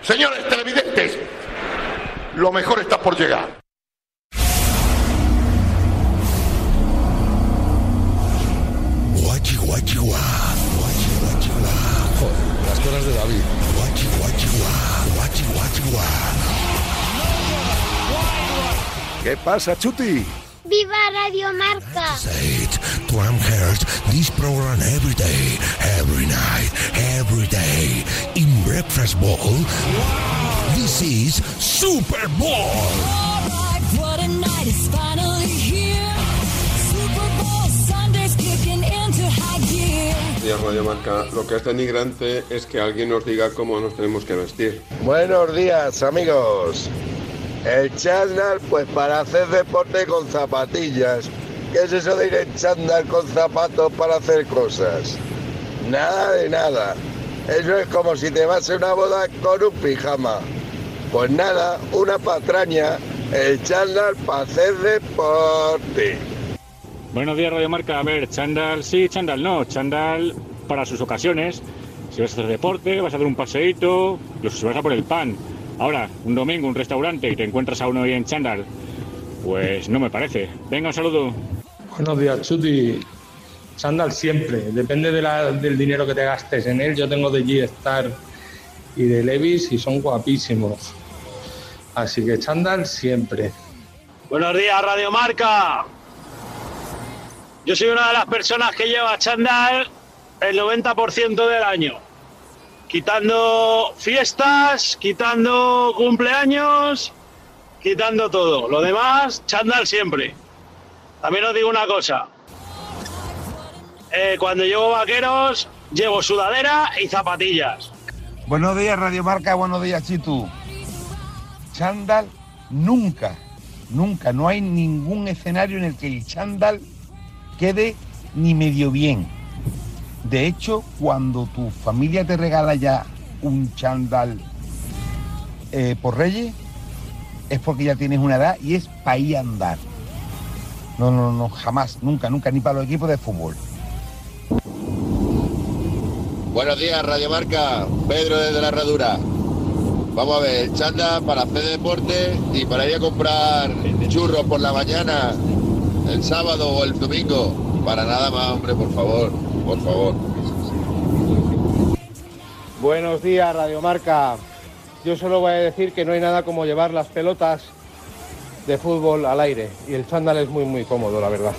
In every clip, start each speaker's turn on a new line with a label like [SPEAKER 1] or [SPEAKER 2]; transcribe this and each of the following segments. [SPEAKER 1] Señores televidentes, lo mejor está por llegar.
[SPEAKER 2] Guachi, guachi, guá. Guachi, guachi, guá.
[SPEAKER 3] Joder, las cosas de David.
[SPEAKER 2] Guachi, guachi, guá. Guachi, guachi, guá.
[SPEAKER 4] ¿Qué pasa, Chuti?
[SPEAKER 5] ¡Viva Radio Marca!
[SPEAKER 2] Eight, Tram Hertz, this program every day, every night, every day. In Breakfast Ball, this is Super Bowl.
[SPEAKER 6] Alright, what a night is finally here. Super Bowl Sunday's kicking into high gear.
[SPEAKER 7] Días Radio Marca, lo que es denigrante es que alguien nos diga cómo nos tenemos que vestir.
[SPEAKER 8] Buenos días amigos. El chándal pues para hacer deporte con zapatillas. ¿Qué es eso de ir en chándal con zapatos para hacer cosas? Nada de nada. Eso es como si te vas a una boda con un pijama. Pues nada, una patraña. El chándal para hacer deporte.
[SPEAKER 9] Buenos días, Radio Marca. A ver, chándal sí, chándal no. Chándal para sus ocasiones. Si vas a hacer deporte, vas a dar un paseíto, incluso si vas a por el pan. Ahora, un domingo, un restaurante y te encuentras a uno ahí en chándal, pues no me parece. Venga, un saludo.
[SPEAKER 10] Buenos días, Chuti. Chándal siempre, depende de la- del dinero que te gastes en él. Yo tengo de G-Star y de Levis y son guapísimos. Así que chándal siempre.
[SPEAKER 11] Buenos días, Radio Marca. Yo soy una de las personas que lleva chándal el 90% del año. Quitando fiestas, quitando cumpleaños, quitando todo. Lo demás, chándal siempre. También os digo una cosa. Eh, cuando llevo vaqueros, llevo sudadera y zapatillas.
[SPEAKER 12] Buenos días, Radio Marca. Buenos días, Chitu. Chándal, nunca, nunca. No hay ningún escenario en el que el chándal quede ni medio bien. De hecho, cuando tu familia te regala ya un chándal eh, por Reyes, es porque ya tienes una edad y es para ir a andar. No, no, no, jamás, nunca, nunca, ni para los equipos de fútbol.
[SPEAKER 13] Buenos días, Radio Marca. Pedro desde la Herradura. Vamos a ver, chanda para hacer deporte y para ir a comprar churros por la mañana, el sábado o el domingo. Para nada más, hombre, por favor, por favor.
[SPEAKER 14] Buenos días, Radiomarca. Yo solo voy a decir que no hay nada como llevar las pelotas de fútbol al aire. Y el chándal es muy, muy cómodo, la verdad.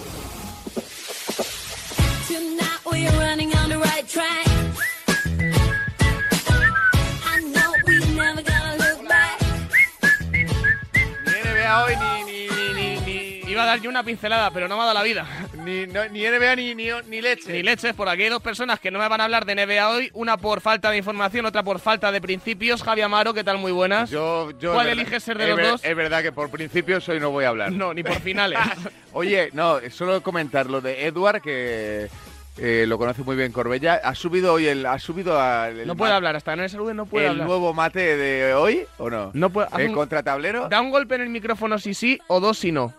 [SPEAKER 6] Tonight we're running on the right track. I know we never gonna look back.
[SPEAKER 15] Ni NBA hoy ni, ni, ni, ni, ni- Iba a dar yo una pincelada, pero no me ha dado la vida. Ni, no- ni NBA ni, ni, ni leche. Ni leche, por aquí hay dos personas que no me van a hablar de NBA hoy. Una por falta de información, otra por falta de principios. Javi Amaro, ¿qué tal? Muy buenas.
[SPEAKER 16] Yo, yo,
[SPEAKER 15] ¿Cuál
[SPEAKER 16] es verdad-
[SPEAKER 15] eliges ser
[SPEAKER 16] es
[SPEAKER 15] de los
[SPEAKER 16] ver-
[SPEAKER 15] dos?
[SPEAKER 16] Es verdad que por principios hoy no voy a hablar.
[SPEAKER 15] No, ni por finales.
[SPEAKER 16] Oye, no, solo comentar lo de Edward, que eh, lo conoce muy bien Corbella. Ha subido hoy el. Ha subido al. el
[SPEAKER 15] No puede
[SPEAKER 16] ma-
[SPEAKER 15] hablar, hasta no es salude, no puede
[SPEAKER 16] ¿El
[SPEAKER 15] hablar.
[SPEAKER 16] nuevo mate de hoy o no?
[SPEAKER 15] No puede.
[SPEAKER 16] ¿El contratablero?
[SPEAKER 15] Da un golpe en el micrófono si sí o dos si no.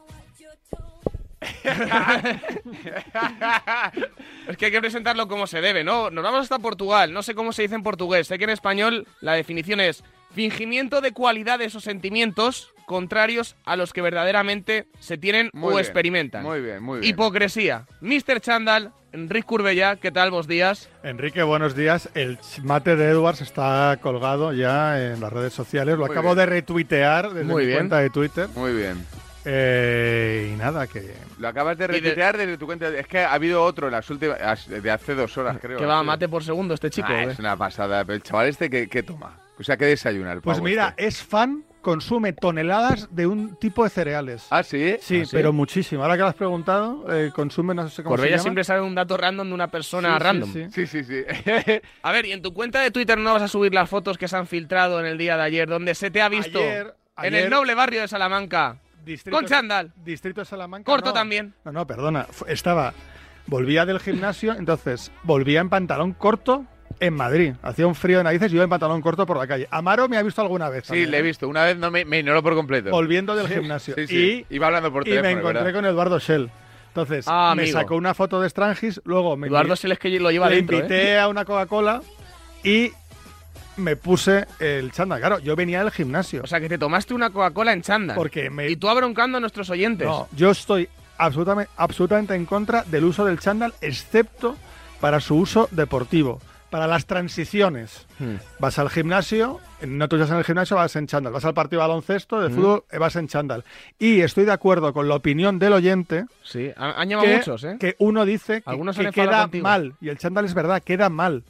[SPEAKER 15] es que hay que presentarlo como se debe, ¿no? Nos vamos hasta Portugal, no sé cómo se dice en portugués, sé que en español la definición es fingimiento de cualidades o sentimientos contrarios a los que verdaderamente se tienen
[SPEAKER 16] Muy
[SPEAKER 15] o
[SPEAKER 16] bien,
[SPEAKER 15] experimentan.
[SPEAKER 16] Muy bien, muy bien.
[SPEAKER 15] Hipocresía. Mr. Chandal, Enrique Curbella, ¿qué tal? Buenos días.
[SPEAKER 17] Enrique, buenos días. El ch- mate de Edwards está colgado ya en las redes sociales. Lo
[SPEAKER 16] Muy
[SPEAKER 17] acabo
[SPEAKER 16] bien.
[SPEAKER 17] de retuitear desde
[SPEAKER 16] Muy
[SPEAKER 17] mi
[SPEAKER 16] bien.
[SPEAKER 17] cuenta de Twitter.
[SPEAKER 16] Muy bien.
[SPEAKER 17] Eh, y nada, que
[SPEAKER 16] Lo acabas de retuitear desde tu cuenta. Es que ha habido otro en las últimas, as- de hace dos horas, creo.
[SPEAKER 15] que va a mate por segundo este chico.
[SPEAKER 16] Ah,
[SPEAKER 15] ¿eh?
[SPEAKER 16] es una pasada. Pero el chaval este, ¿qué, qué toma? O sea, ¿qué desayuna el
[SPEAKER 17] Pues
[SPEAKER 16] pavo
[SPEAKER 17] mira,
[SPEAKER 16] este?
[SPEAKER 17] es fan, consume toneladas de un tipo de cereales.
[SPEAKER 16] ¿Ah, sí?
[SPEAKER 17] Sí,
[SPEAKER 16] ¿Ah, sí?
[SPEAKER 17] pero muchísimo. Ahora que lo has preguntado, eh, consume, no sé cómo
[SPEAKER 15] Corbella
[SPEAKER 17] se llama.
[SPEAKER 15] siempre sabe un dato random de una persona
[SPEAKER 17] Sí, sí,
[SPEAKER 15] random.
[SPEAKER 17] sí.
[SPEAKER 16] Sí, sí, sí.
[SPEAKER 15] a ver, y en tu cuenta de Twitter no vas a subir las fotos que se han filtrado en el día de ayer, donde se te ha visto
[SPEAKER 17] Ayer-
[SPEAKER 15] en
[SPEAKER 17] ayer-
[SPEAKER 15] el noble barrio de Salamanca.
[SPEAKER 17] Distrito-
[SPEAKER 15] con chándal.
[SPEAKER 17] Distrito de Salamanca.
[SPEAKER 15] Corto
[SPEAKER 17] no.
[SPEAKER 15] también.
[SPEAKER 17] No, no, perdona. Fu- Estaba. Volvía del gimnasio, entonces volvía en pantalón corto en Madrid. Hacía un frío de narices y yo en pantalón corto por la calle. Amaro me ha visto alguna vez.
[SPEAKER 16] Sí, le he visto. Una vez no me, me ignoró por completo.
[SPEAKER 17] Volviendo del
[SPEAKER 16] Sí,
[SPEAKER 17] gimnasio.
[SPEAKER 16] Sí, sí. Iba hablando por
[SPEAKER 17] y
[SPEAKER 16] teléfono.
[SPEAKER 17] me encontré
[SPEAKER 16] ¿verdad?
[SPEAKER 17] con Eduardo Shell. Entonces,
[SPEAKER 15] Ah,
[SPEAKER 17] me
[SPEAKER 15] amigo.
[SPEAKER 17] sacó una foto de Strangis, luego me
[SPEAKER 15] Eduardo Seles que lo lleva
[SPEAKER 17] le
[SPEAKER 15] dentro. ¿eh?
[SPEAKER 17] invité a una Coca-Cola y
[SPEAKER 15] me puse el chándal. Claro, yo venía del gimnasio.
[SPEAKER 1] O sea, que te tomaste una Coca-Cola en chándal.
[SPEAKER 15] Porque me...
[SPEAKER 1] Y tú abroncando a nuestros oyentes.
[SPEAKER 15] No, yo estoy absolutamente, absolutamente en contra del uso del chándal, excepto para su uso deportivo, para las transiciones.
[SPEAKER 18] Hmm.
[SPEAKER 15] Vas al gimnasio, no te usas en el gimnasio, vas en chándal. Vas al partido de baloncesto, de
[SPEAKER 1] Mm.
[SPEAKER 15] fútbol, eh, vas en chándal. Y estoy de acuerdo con la opinión del oyente.
[SPEAKER 1] Sí, han han llamado
[SPEAKER 15] que-
[SPEAKER 1] muchos, ¿eh?
[SPEAKER 15] Que uno dice que,
[SPEAKER 1] Algunos
[SPEAKER 15] que
[SPEAKER 1] han enfadado
[SPEAKER 15] queda
[SPEAKER 1] contigo.
[SPEAKER 15] mal. Y el chándal es verdad, queda mal.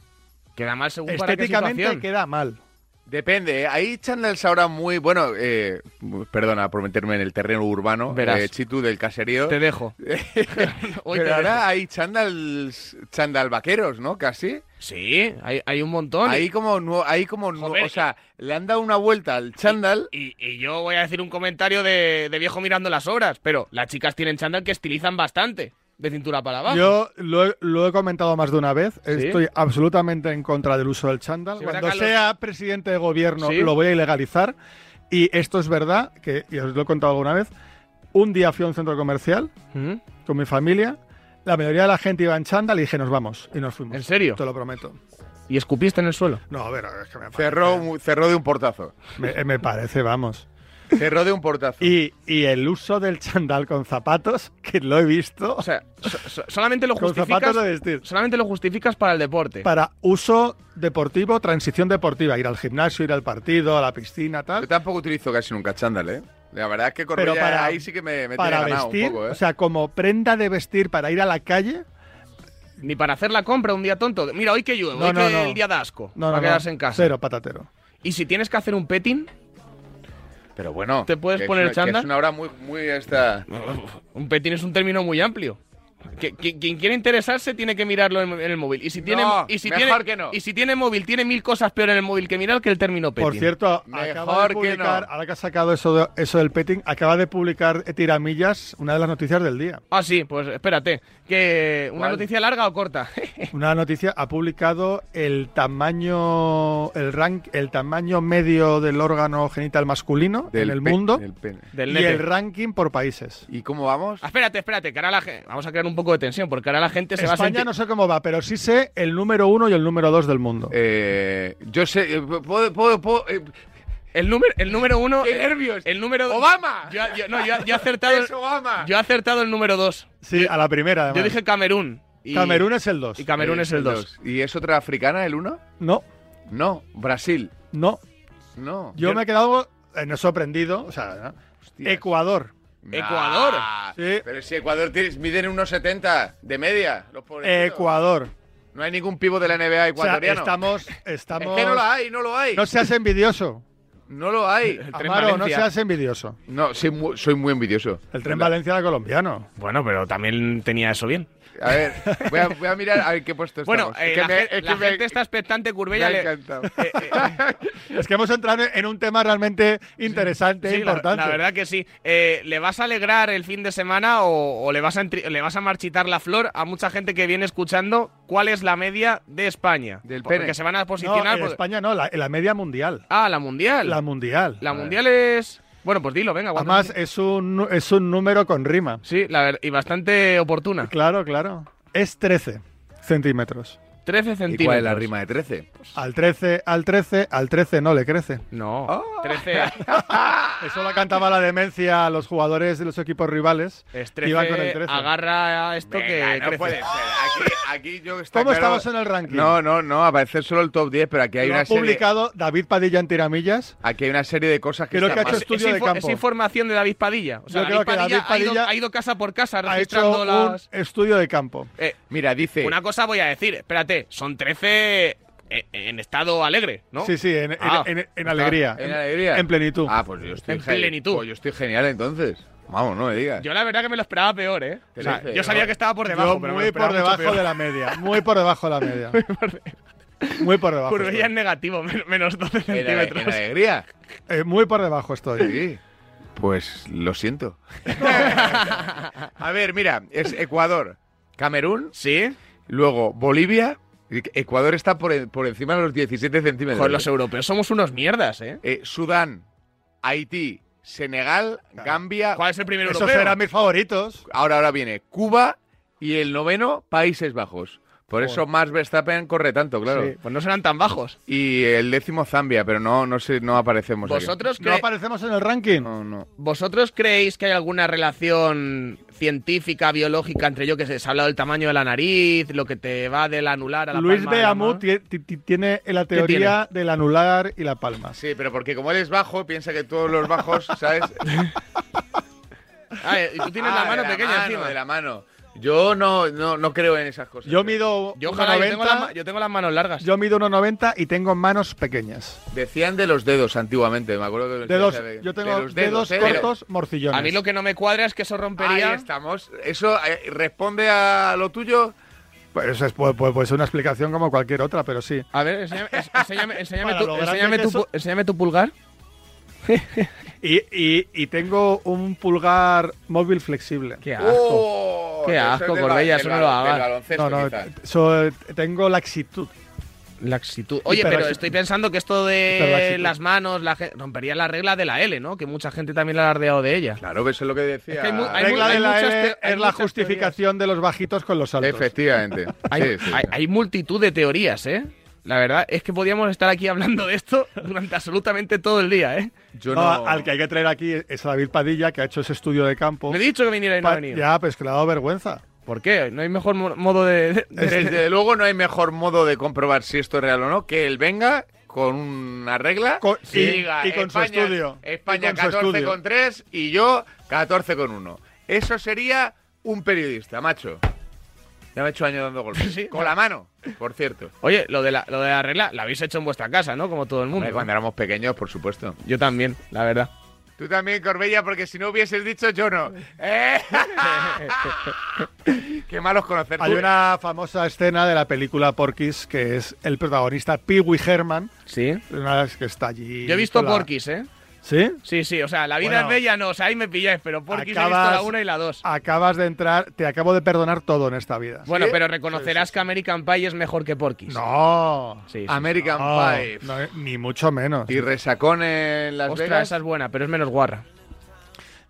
[SPEAKER 1] Queda mal según
[SPEAKER 16] para qué
[SPEAKER 15] Estéticamente
[SPEAKER 16] situación.
[SPEAKER 15] queda mal.
[SPEAKER 16] Depende, ¿eh? hay chándals ahora muy, bueno, eh, perdona por meterme en el terreno urbano,
[SPEAKER 1] Verás.
[SPEAKER 16] eh, Chitu del caserío.
[SPEAKER 1] Te dejo. Hoy te
[SPEAKER 16] Pero ahora
[SPEAKER 1] dejo.
[SPEAKER 16] hay chándals, chándal vaqueros, ¿no? Casi.
[SPEAKER 1] Sí, hay, hay un montón.
[SPEAKER 16] Hay como, nue- hay como, nue-
[SPEAKER 1] Joder,
[SPEAKER 16] o sea, le han dado una vuelta al chándal.
[SPEAKER 1] Y, y yo voy a decir un comentario de, de viejo mirando las obras, pero las chicas tienen chándal que estilizan bastante, de cintura para abajo.
[SPEAKER 15] Yo lo he, lo he comentado más de una vez.
[SPEAKER 1] ¿Sí?
[SPEAKER 15] Estoy absolutamente en contra del uso del chándal.
[SPEAKER 1] Sí,
[SPEAKER 15] Cuando
[SPEAKER 1] ¿verdad, Carlos?
[SPEAKER 15] sea presidente de gobierno
[SPEAKER 1] ¿Sí?
[SPEAKER 15] lo voy a ilegalizar. Y esto es verdad, que y os lo he contado alguna vez. Un día fui a un centro comercial
[SPEAKER 1] ¿Mm?
[SPEAKER 15] con mi familia. La mayoría de la gente iba en chándal y dije, nos vamos. Y nos fuimos.
[SPEAKER 1] ¿En serio?
[SPEAKER 15] Te lo prometo.
[SPEAKER 1] ¿Y escupiste en el suelo?
[SPEAKER 15] No, a ver, es que me
[SPEAKER 16] cerró, un- cerró de un portazo.
[SPEAKER 15] Me, eh, me parece, vamos.
[SPEAKER 16] Cerró de un portazo.
[SPEAKER 15] Y, y el uso del chándal con zapatos, que lo he visto.
[SPEAKER 1] O sea, so- so- solamente lo
[SPEAKER 15] Con
[SPEAKER 1] justificas.
[SPEAKER 15] zapatos de vestir.
[SPEAKER 1] Solamente lo justificas para el deporte.
[SPEAKER 15] Para uso deportivo, transición deportiva, ir al gimnasio, ir al partido, a la piscina, tal.
[SPEAKER 16] Yo tampoco utilizo casi nunca chándal, ¿eh? La verdad es que Corbella
[SPEAKER 15] Pero para-
[SPEAKER 16] ahí sí que me, me
[SPEAKER 15] para
[SPEAKER 16] tiene ganado
[SPEAKER 15] vestir,
[SPEAKER 16] un poco, ¿eh?
[SPEAKER 15] o sea, como prenda de vestir para ir a la calle,
[SPEAKER 1] Ni para hacer la compra un día tonto. Mira, hoy que llueve,
[SPEAKER 15] No,
[SPEAKER 1] hoy
[SPEAKER 15] no,
[SPEAKER 1] que
[SPEAKER 15] no.
[SPEAKER 1] el día de asco.
[SPEAKER 15] no,
[SPEAKER 1] para
[SPEAKER 15] no, no,
[SPEAKER 1] quedarse en casa.
[SPEAKER 15] cero patatero.
[SPEAKER 1] Y si tienes que hacer un petting,
[SPEAKER 16] Pero bueno,
[SPEAKER 1] ¿Te puedes
[SPEAKER 16] que es
[SPEAKER 1] poner
[SPEAKER 16] una- que
[SPEAKER 1] chándal?
[SPEAKER 16] Es una hora muy, muy esta.
[SPEAKER 1] un petting es un término muy amplio. Que, que- quien quiere interesarse tiene que mirarlo en, en el móvil. Y si tiene,
[SPEAKER 16] No,
[SPEAKER 1] y si tiene,
[SPEAKER 16] mejor que no.
[SPEAKER 1] Y si tiene móvil, tiene mil cosas peor en el móvil que mirar que el término petting.
[SPEAKER 15] Por cierto, acaba
[SPEAKER 16] Mejor
[SPEAKER 15] de
[SPEAKER 16] que
[SPEAKER 15] publicar,
[SPEAKER 16] no.
[SPEAKER 15] ahora que ha sacado eso, de- eso del petting, acaba de publicar eh, Tiramillas, una de las noticias del día.
[SPEAKER 1] Ah, sí, pues espérate. Que ¿Una
[SPEAKER 15] ¿Cuál?
[SPEAKER 1] noticia larga o corta?
[SPEAKER 15] Una noticia ha publicado el tamaño, el rank, el tamaño medio del órgano genital masculino
[SPEAKER 16] Del
[SPEAKER 15] en el
[SPEAKER 16] pe-
[SPEAKER 15] mundo
[SPEAKER 16] del pene.
[SPEAKER 1] Del
[SPEAKER 15] y
[SPEAKER 1] nene.
[SPEAKER 15] el ranking por países.
[SPEAKER 16] ¿Y cómo vamos?
[SPEAKER 1] Ah, Espérate, espérate, que ahora la gente. Vamos a crear un poco de tensión, porque ahora la gente se va a
[SPEAKER 15] España
[SPEAKER 1] sentir.
[SPEAKER 15] no sé cómo va, pero sí sé el número uno y el número dos del mundo.
[SPEAKER 16] Eh, yo sé. eh, puedo- puedo- puedo, eh,
[SPEAKER 1] El número, el número uno.
[SPEAKER 16] ¡Qué nervios!
[SPEAKER 1] El número
[SPEAKER 16] ¡Obama!
[SPEAKER 1] Yo, yo- no, yo, yo he acertado.
[SPEAKER 16] ¡Es Obama!
[SPEAKER 1] Yo he acertado el número dos.
[SPEAKER 15] Sí, a la primera.
[SPEAKER 1] Yo
[SPEAKER 15] además.
[SPEAKER 1] dije Camerún. y-
[SPEAKER 15] Camerún es el dos.
[SPEAKER 1] Y Camerún es el dos.
[SPEAKER 16] ¿Y es otra africana el 1?
[SPEAKER 15] No,
[SPEAKER 16] No, Brasil.
[SPEAKER 15] no.
[SPEAKER 16] No. Ah,
[SPEAKER 15] Yo me he quedado eh, no sorprendido. O sea, ¿no? Ecuador.
[SPEAKER 1] Ecuador.
[SPEAKER 15] Sí.
[SPEAKER 16] Pero si Ecuador tienes- miden 1,70 de media. Los pobrecitos.
[SPEAKER 15] Ecuador.
[SPEAKER 16] No hay ningún pivo de la NBA
[SPEAKER 15] O sea,
[SPEAKER 16] ecuatoriano.
[SPEAKER 15] estamos,
[SPEAKER 16] Es
[SPEAKER 15] estamos.
[SPEAKER 16] que no lo hay, no lo hay.
[SPEAKER 15] No seas envidioso.
[SPEAKER 16] No lo hay.
[SPEAKER 15] Amaro, no seas envidioso.
[SPEAKER 16] No, soy muy, soy muy envidioso.
[SPEAKER 15] El tren Valencia era colombiano.
[SPEAKER 1] Bueno, pero también tenía eso bien.
[SPEAKER 16] A ver, voy a, voy a mirar a ver qué puesto
[SPEAKER 1] Bueno,
[SPEAKER 16] estamos.
[SPEAKER 1] eh,
[SPEAKER 16] Es que
[SPEAKER 1] la,
[SPEAKER 16] me-
[SPEAKER 1] gen-
[SPEAKER 16] es que
[SPEAKER 1] la
[SPEAKER 16] me-
[SPEAKER 1] gente está expectante,
[SPEAKER 16] me
[SPEAKER 1] Curbella.
[SPEAKER 16] ha
[SPEAKER 1] le-
[SPEAKER 16] encantado.
[SPEAKER 1] eh,
[SPEAKER 15] Es que hemos entrado en un tema realmente interesante e
[SPEAKER 1] Sí, la-
[SPEAKER 15] importante.
[SPEAKER 1] La, verdad que sí. Eh, ¿Le vas a alegrar el fin de semana o, o le, vas a entri- le vas a marchitar la flor a mucha gente que viene escuchando cuál es la media de España?
[SPEAKER 16] Del
[SPEAKER 1] Porque
[SPEAKER 16] pene.
[SPEAKER 1] se van a
[SPEAKER 15] no,
[SPEAKER 1] posicionar.
[SPEAKER 15] en
[SPEAKER 1] por-
[SPEAKER 15] España no, la, en la media mundial.
[SPEAKER 1] Ah, la mundial.
[SPEAKER 15] La
[SPEAKER 1] La,
[SPEAKER 15] mundial.
[SPEAKER 1] mundial es. Bueno, pues dilo, venga. guarda.
[SPEAKER 15] Además, es un, nu- es un número con rima.
[SPEAKER 1] Sí, la ver- y bastante oportuna.
[SPEAKER 15] Claro, claro. Es 13 centímetros.
[SPEAKER 1] 13
[SPEAKER 16] ¿Y
[SPEAKER 1] centímetros.
[SPEAKER 16] cuál es la rima de 13?
[SPEAKER 15] Al 13, al 13, al 13 no le crece.
[SPEAKER 1] No.
[SPEAKER 16] Oh.
[SPEAKER 1] 13.
[SPEAKER 15] Eso la cantaba la demencia a los jugadores de los equipos rivales.
[SPEAKER 1] Es
[SPEAKER 15] que Iban con el
[SPEAKER 1] 13.
[SPEAKER 15] 13.
[SPEAKER 1] Agarra a esto que.
[SPEAKER 16] no
[SPEAKER 1] crece.
[SPEAKER 16] puede ser. Aquí, aquí yo está
[SPEAKER 15] ¿Cómo
[SPEAKER 16] claro-
[SPEAKER 15] estamos en el ranking?
[SPEAKER 16] No, no, no, aparece solo el top 10, pero aquí hay
[SPEAKER 15] Lo
[SPEAKER 16] una
[SPEAKER 15] ha
[SPEAKER 16] serie,
[SPEAKER 15] publicado David Padilla en tiramillas.
[SPEAKER 16] aquí hay una serie de cosas que
[SPEAKER 15] Creo
[SPEAKER 16] están
[SPEAKER 15] que ha hecho
[SPEAKER 16] mal.
[SPEAKER 15] estudio de
[SPEAKER 1] info-
[SPEAKER 15] campo.
[SPEAKER 1] información de David Padilla. O sea,
[SPEAKER 15] Yo
[SPEAKER 1] David,
[SPEAKER 15] creo que
[SPEAKER 1] Padilla
[SPEAKER 15] David
[SPEAKER 1] ha, ido,
[SPEAKER 15] Padilla
[SPEAKER 1] ha ido casa por casa
[SPEAKER 15] Ha hecho
[SPEAKER 1] registrando
[SPEAKER 15] un
[SPEAKER 1] las.
[SPEAKER 15] estudio de campo.
[SPEAKER 1] Eh,
[SPEAKER 16] Mira, dice
[SPEAKER 1] Una cosa voy a decir, espérate, son 13 en, en estado alegre, ¿no?
[SPEAKER 15] Sí, sí, en, en-
[SPEAKER 1] Ah,
[SPEAKER 15] en- en alegría.
[SPEAKER 16] en alegría.
[SPEAKER 15] En plenitud.
[SPEAKER 16] Ah, pues yo estoy
[SPEAKER 1] En
[SPEAKER 16] genial.
[SPEAKER 1] plenitud.
[SPEAKER 16] Pues yo estoy genial entonces. Vamos, no me digas.
[SPEAKER 1] Yo la verdad que me lo esperaba peor, ¿eh? O sea,
[SPEAKER 16] Trece,
[SPEAKER 1] yo sabía
[SPEAKER 16] ¿no?
[SPEAKER 1] que estaba por debajo, pero
[SPEAKER 15] Yo
[SPEAKER 1] me lo
[SPEAKER 15] muy por
[SPEAKER 1] esperaba mucho
[SPEAKER 15] debajo
[SPEAKER 1] peor.
[SPEAKER 15] de la media. Muy por debajo de la media. muy por debajo.
[SPEAKER 1] Curbella es negativo, men- menos 12
[SPEAKER 16] En, ale- en
[SPEAKER 1] centímetros.
[SPEAKER 16] alegría.
[SPEAKER 15] estoy. Eh, muy por debajo estoy.
[SPEAKER 16] Sí. Pues lo siento. A ver, mira, es Ecuador, Camerún,
[SPEAKER 1] ¿Sí?
[SPEAKER 16] luego Bolivia. Ecuador está por, en- por encima de los 17 centímetros.
[SPEAKER 1] Joder, los europeos somos unos mierdas, ¿eh?
[SPEAKER 16] Eh, Sudán, Haití, Senegal, Gambia.
[SPEAKER 1] ¿Cuál es el primer
[SPEAKER 15] Esos
[SPEAKER 1] europeo?
[SPEAKER 15] eran mis favoritos.
[SPEAKER 16] Ahora, ahora viene Cuba y el noveno, Países Bajos. Por eso más Verstappen corre tanto, claro.
[SPEAKER 15] Sí, pues no serán tan bajos.
[SPEAKER 16] Y el décimo Zambia, pero no, no sé, no aparecemos. aquí.
[SPEAKER 15] ¿Vosotros,
[SPEAKER 17] No
[SPEAKER 15] cre-
[SPEAKER 17] aparecemos en el ranking.
[SPEAKER 16] No, no.
[SPEAKER 15] ¿Vosotros creéis que hay alguna relación científica, biológica entre yo que sé, se ha hablado del tamaño de la nariz, lo que te va del anular a la
[SPEAKER 17] Luis
[SPEAKER 15] palma de la
[SPEAKER 17] Beamut
[SPEAKER 15] mano?
[SPEAKER 17] tie- ti- ti- tiene la
[SPEAKER 15] ¿Qué tiene?
[SPEAKER 17] teoría del anular y la palma.
[SPEAKER 16] Sí, pero porque como él es bajo, piensa que todos los bajos, ¿sabes?
[SPEAKER 15] Ah, y tú tienes la
[SPEAKER 16] Ah,
[SPEAKER 15] mano
[SPEAKER 16] de
[SPEAKER 15] pequeña
[SPEAKER 16] mano,
[SPEAKER 15] encima.
[SPEAKER 16] De la mano. Yo no, no, no creo en esas cosas.
[SPEAKER 17] Yo mido
[SPEAKER 16] Yo,
[SPEAKER 17] 1,90.
[SPEAKER 16] ojalá, yo tengo la ma-
[SPEAKER 15] yo tengo las manos largas.
[SPEAKER 17] Yo mido 1,90 y tengo manos pequeñas.
[SPEAKER 16] Decían de los dedos antiguamente, me acuerdo que lo
[SPEAKER 17] Dedos.
[SPEAKER 16] decían de-
[SPEAKER 17] Yo tengo
[SPEAKER 16] de
[SPEAKER 17] dedos,
[SPEAKER 16] los dedos, ¿eh?
[SPEAKER 17] cortos, morcillones.
[SPEAKER 15] A mí lo que no me cuadra es que eso rompería.
[SPEAKER 16] Ahí estamos. ¿Eso eh, responde a lo tuyo?
[SPEAKER 17] Pues es, puede, puede- puede ser una explicación como cualquier otra, pero sí.
[SPEAKER 15] A ver, enséñame, ens- enséñame, enséñame
[SPEAKER 17] Para
[SPEAKER 15] tu,
[SPEAKER 17] lo grande
[SPEAKER 15] enséñame
[SPEAKER 17] que
[SPEAKER 15] tu
[SPEAKER 17] eso-
[SPEAKER 15] pu- enséñame tu pulgar.
[SPEAKER 17] Y, y- y tengo un pulgar móvil flexible.
[SPEAKER 15] ¡Qué asco! ¡Qué
[SPEAKER 16] eso
[SPEAKER 15] asco,
[SPEAKER 16] es del ba-
[SPEAKER 15] Corbella!
[SPEAKER 16] del
[SPEAKER 15] Eso no lo
[SPEAKER 16] ba- del
[SPEAKER 15] hagas.
[SPEAKER 16] baloncesto,
[SPEAKER 17] no, no,
[SPEAKER 16] quizás.
[SPEAKER 17] so- tengo laxitud.
[SPEAKER 15] Laxitud. Oye, pero
[SPEAKER 17] Hiperlaxitud.
[SPEAKER 15] estoy pensando que esto de
[SPEAKER 17] Hiperlaxitud.
[SPEAKER 15] las manos la gen- rompería la regla de la L, ¿no? Que mucha gente también la ha alardeado de ella.
[SPEAKER 16] Claro, eso es lo que decía.
[SPEAKER 15] Es que hay mu-
[SPEAKER 17] La
[SPEAKER 15] hay mu-
[SPEAKER 17] regla
[SPEAKER 15] hay
[SPEAKER 17] de la
[SPEAKER 15] muchas
[SPEAKER 17] L
[SPEAKER 15] te- hay
[SPEAKER 17] es la
[SPEAKER 15] muchas
[SPEAKER 17] justificación de los bajitos con los altos.
[SPEAKER 16] Efectivamente.
[SPEAKER 15] Hay,
[SPEAKER 16] Sí, sí.
[SPEAKER 15] hay- hay multitud de teorías, ¿eh? La verdad es que podíamos estar aquí hablando de esto durante absolutamente todo el día, ¿eh?
[SPEAKER 16] Yo
[SPEAKER 17] No, Al que hay que traer aquí es a David Padilla, que ha hecho ese estudio de campo.
[SPEAKER 15] Le he dicho que viniera y no ha
[SPEAKER 17] Pa-
[SPEAKER 15] venido.
[SPEAKER 17] Ya, pues que le ha dado vergüenza.
[SPEAKER 15] ¿Por qué? No hay mejor mo- modo de... de- de-
[SPEAKER 16] Desde luego no hay mejor modo de comprobar si esto es real o no que él venga con una regla
[SPEAKER 17] Con-
[SPEAKER 16] y,
[SPEAKER 17] y-
[SPEAKER 16] diga
[SPEAKER 17] y con su
[SPEAKER 16] España,
[SPEAKER 17] estudio. Y
[SPEAKER 16] España
[SPEAKER 17] con su
[SPEAKER 16] 14
[SPEAKER 17] estudio.
[SPEAKER 16] con 3 y yo 14 con 1. Eso sería un periodista, macho. Ya me he hecho años dando golpes.
[SPEAKER 15] Sí.
[SPEAKER 16] Con la mano, por cierto.
[SPEAKER 15] Oye, lo de, la, lo de la regla la habéis hecho en vuestra casa, ¿no? Como todo el mundo.
[SPEAKER 16] Hombre, Cuando éramos pequeños, por supuesto.
[SPEAKER 15] Yo también, la verdad.
[SPEAKER 16] Tú también, Corbella, porque si no hubieses dicho yo no. ¡Eh! Qué malos conocerte.
[SPEAKER 17] Hay una famosa escena de la película Porky's que es el protagonista Pee Wee Herman,
[SPEAKER 15] Sí.
[SPEAKER 17] una de las que está allí.
[SPEAKER 15] Yo he visto
[SPEAKER 17] con la-
[SPEAKER 15] Porquis, ¿eh?
[SPEAKER 17] ¿Sí?
[SPEAKER 15] Sí, sí, o sea, la vida
[SPEAKER 17] Bueno.
[SPEAKER 15] es bella, no, o sea, ahí me pilláis, pero Porquis he visto
[SPEAKER 17] Acabas-
[SPEAKER 15] la 1 y la 2.
[SPEAKER 17] Acabas de entrar, te acabo de perdonar todo en esta vida.
[SPEAKER 15] Bueno, pero reconocerás que American Pie es mejor que Porquis.
[SPEAKER 17] No,
[SPEAKER 15] Sí, sí.
[SPEAKER 16] American
[SPEAKER 17] no,
[SPEAKER 16] Pie.
[SPEAKER 17] no, ni mucho menos.
[SPEAKER 16] Y resacón en Las
[SPEAKER 15] Ostras,
[SPEAKER 16] Vegas.
[SPEAKER 15] esa es buena, pero es menos guarra.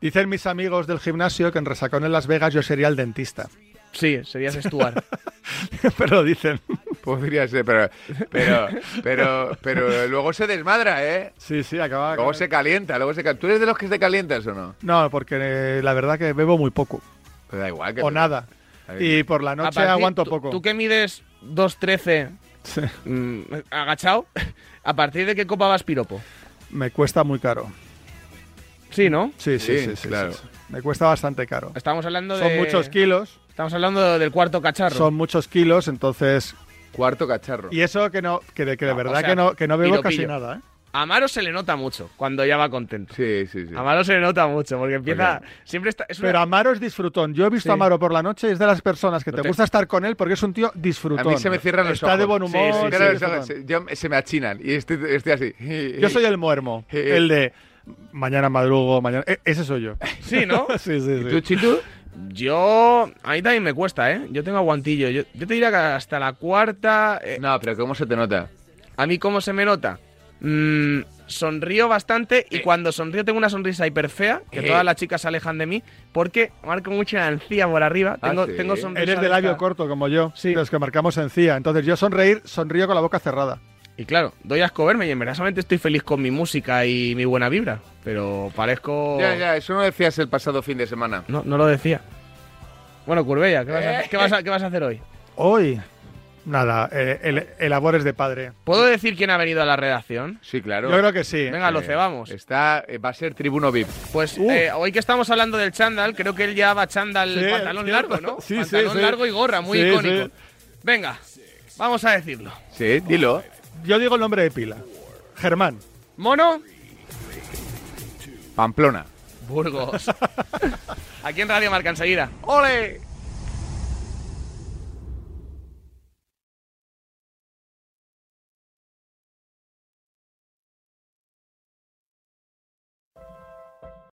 [SPEAKER 17] Dicen mis amigos del gimnasio que en Resacón en Las Vegas yo sería el dentista.
[SPEAKER 15] Sí, serías Stuart.
[SPEAKER 17] pero dicen.
[SPEAKER 16] Podría ser, pero, pero, pero, pero luego se desmadra, ¿eh?
[SPEAKER 17] Sí, sí, acaba.
[SPEAKER 16] Luego se calienta, luego se calienta. ¿Tú eres de los que se calientas o no?
[SPEAKER 17] No, porque eh, la verdad que bebo muy poco.
[SPEAKER 16] Pues da igual. Que
[SPEAKER 17] O nada. Y por la noche
[SPEAKER 15] partir-
[SPEAKER 17] aguanto
[SPEAKER 15] tú-
[SPEAKER 17] poco.
[SPEAKER 15] Tú que mides 2.13
[SPEAKER 17] Sí,
[SPEAKER 15] mm, agachado, ¿a partir de qué copa vas piropo?
[SPEAKER 17] me cuesta muy caro.
[SPEAKER 15] Sí, ¿no?
[SPEAKER 17] Sí, sí, sí,
[SPEAKER 16] Sí,
[SPEAKER 17] sí,
[SPEAKER 16] claro.
[SPEAKER 17] sí, sí. Me cuesta bastante caro.
[SPEAKER 15] Estamos hablando de.
[SPEAKER 17] Son muchos kilos,
[SPEAKER 15] Estamos hablando del cuarto cacharro.
[SPEAKER 17] son muchos kilos, entonces.
[SPEAKER 16] Cuarto cacharro.
[SPEAKER 17] Y eso que no, que de, que de
[SPEAKER 15] Ah, o
[SPEAKER 17] verdad
[SPEAKER 15] sea,
[SPEAKER 17] que no, que no bebo casi
[SPEAKER 15] piropillo.
[SPEAKER 17] nada, ¿eh?
[SPEAKER 15] A Amaro se le nota mucho cuando ya va contento.
[SPEAKER 16] Sí, sí, sí.
[SPEAKER 15] A Amaro se le nota mucho porque empieza. Siempre está. es una-
[SPEAKER 17] Pero Amaro es disfrutón. Yo he visto
[SPEAKER 15] Sí.
[SPEAKER 17] a Amaro por la noche y es de las personas que
[SPEAKER 15] No
[SPEAKER 17] te,
[SPEAKER 15] te-
[SPEAKER 17] gusta estar con él porque es un tío disfrutón.
[SPEAKER 16] A mí se me cierran los
[SPEAKER 17] Está
[SPEAKER 16] ojos.
[SPEAKER 17] de buen humor.
[SPEAKER 15] Sí, sí,
[SPEAKER 16] Se me
[SPEAKER 17] es
[SPEAKER 16] cierran los
[SPEAKER 17] disfrutón.
[SPEAKER 16] ojos, se- yo- se me achinan y estoy, estoy así.
[SPEAKER 17] Yo soy el muermo,
[SPEAKER 16] Eh,
[SPEAKER 17] el de mañana madrugo, mañana. e- ese soy yo.
[SPEAKER 15] Sí, ¿no?
[SPEAKER 17] sí, sí, sí.
[SPEAKER 16] ¿Tú, Chitu?
[SPEAKER 15] Yo. A mí también me cuesta, ¿eh? Yo tengo aguantillo. Yo, yo te diría que hasta la cuarta. eh,
[SPEAKER 16] No, pero ¿cómo se te nota?
[SPEAKER 15] ¿A mí cómo se me nota? Mm, sonrío bastante y
[SPEAKER 16] Eh.
[SPEAKER 15] cuando sonrío tengo una sonrisa hiper fea, que
[SPEAKER 16] Eh.
[SPEAKER 15] todas las chicas se alejan de mí, porque marco mucha encía por arriba.
[SPEAKER 16] Ah,
[SPEAKER 15] Tengo,
[SPEAKER 16] sí.
[SPEAKER 15] tengo sonrisa.
[SPEAKER 17] Eres de labio
[SPEAKER 15] esta-
[SPEAKER 17] corto como yo,
[SPEAKER 15] Sí.
[SPEAKER 17] los que marcamos encía. Entonces yo sonreír, sonrío con la boca cerrada.
[SPEAKER 15] Y claro, doy asco verme y en verdad solamente estoy feliz con mi música y mi buena vibra. Pero parezco.
[SPEAKER 16] Ya, ya, eso no decías el pasado fin de semana.
[SPEAKER 15] No, no lo decía. Bueno, Curbella, ¿qué vas, a,
[SPEAKER 16] Eh.
[SPEAKER 15] qué vas a- qué vas a hacer hoy?
[SPEAKER 17] Hoy, nada, eh, el, el labor es de padre.
[SPEAKER 15] ¿Puedo decir quién ha venido a la redacción?
[SPEAKER 16] Sí, claro.
[SPEAKER 17] Yo creo que sí.
[SPEAKER 15] Venga, lo
[SPEAKER 16] Eh,
[SPEAKER 15] cebamos.
[SPEAKER 16] Está, eh, va a ser tribuno VIP.
[SPEAKER 15] Pues
[SPEAKER 17] Uf.
[SPEAKER 15] eh, hoy que estamos hablando del chándal, creo que él ya va chándal
[SPEAKER 17] Sí,
[SPEAKER 15] pantalón
[SPEAKER 17] es
[SPEAKER 15] largo,
[SPEAKER 17] cierto.
[SPEAKER 15] ¿no?
[SPEAKER 17] Sí, sí,
[SPEAKER 15] pantalón
[SPEAKER 17] sí.
[SPEAKER 15] largo y gorra, muy
[SPEAKER 17] Sí,
[SPEAKER 15] icónico.
[SPEAKER 17] sí.
[SPEAKER 15] Venga, vamos a decirlo.
[SPEAKER 16] Sí, dilo.
[SPEAKER 17] Yo digo el nombre de pila. Germán.
[SPEAKER 15] Mono,
[SPEAKER 16] Pamplona.
[SPEAKER 15] Burgos. Aquí en Radio Marca enseguida. ¡Ole!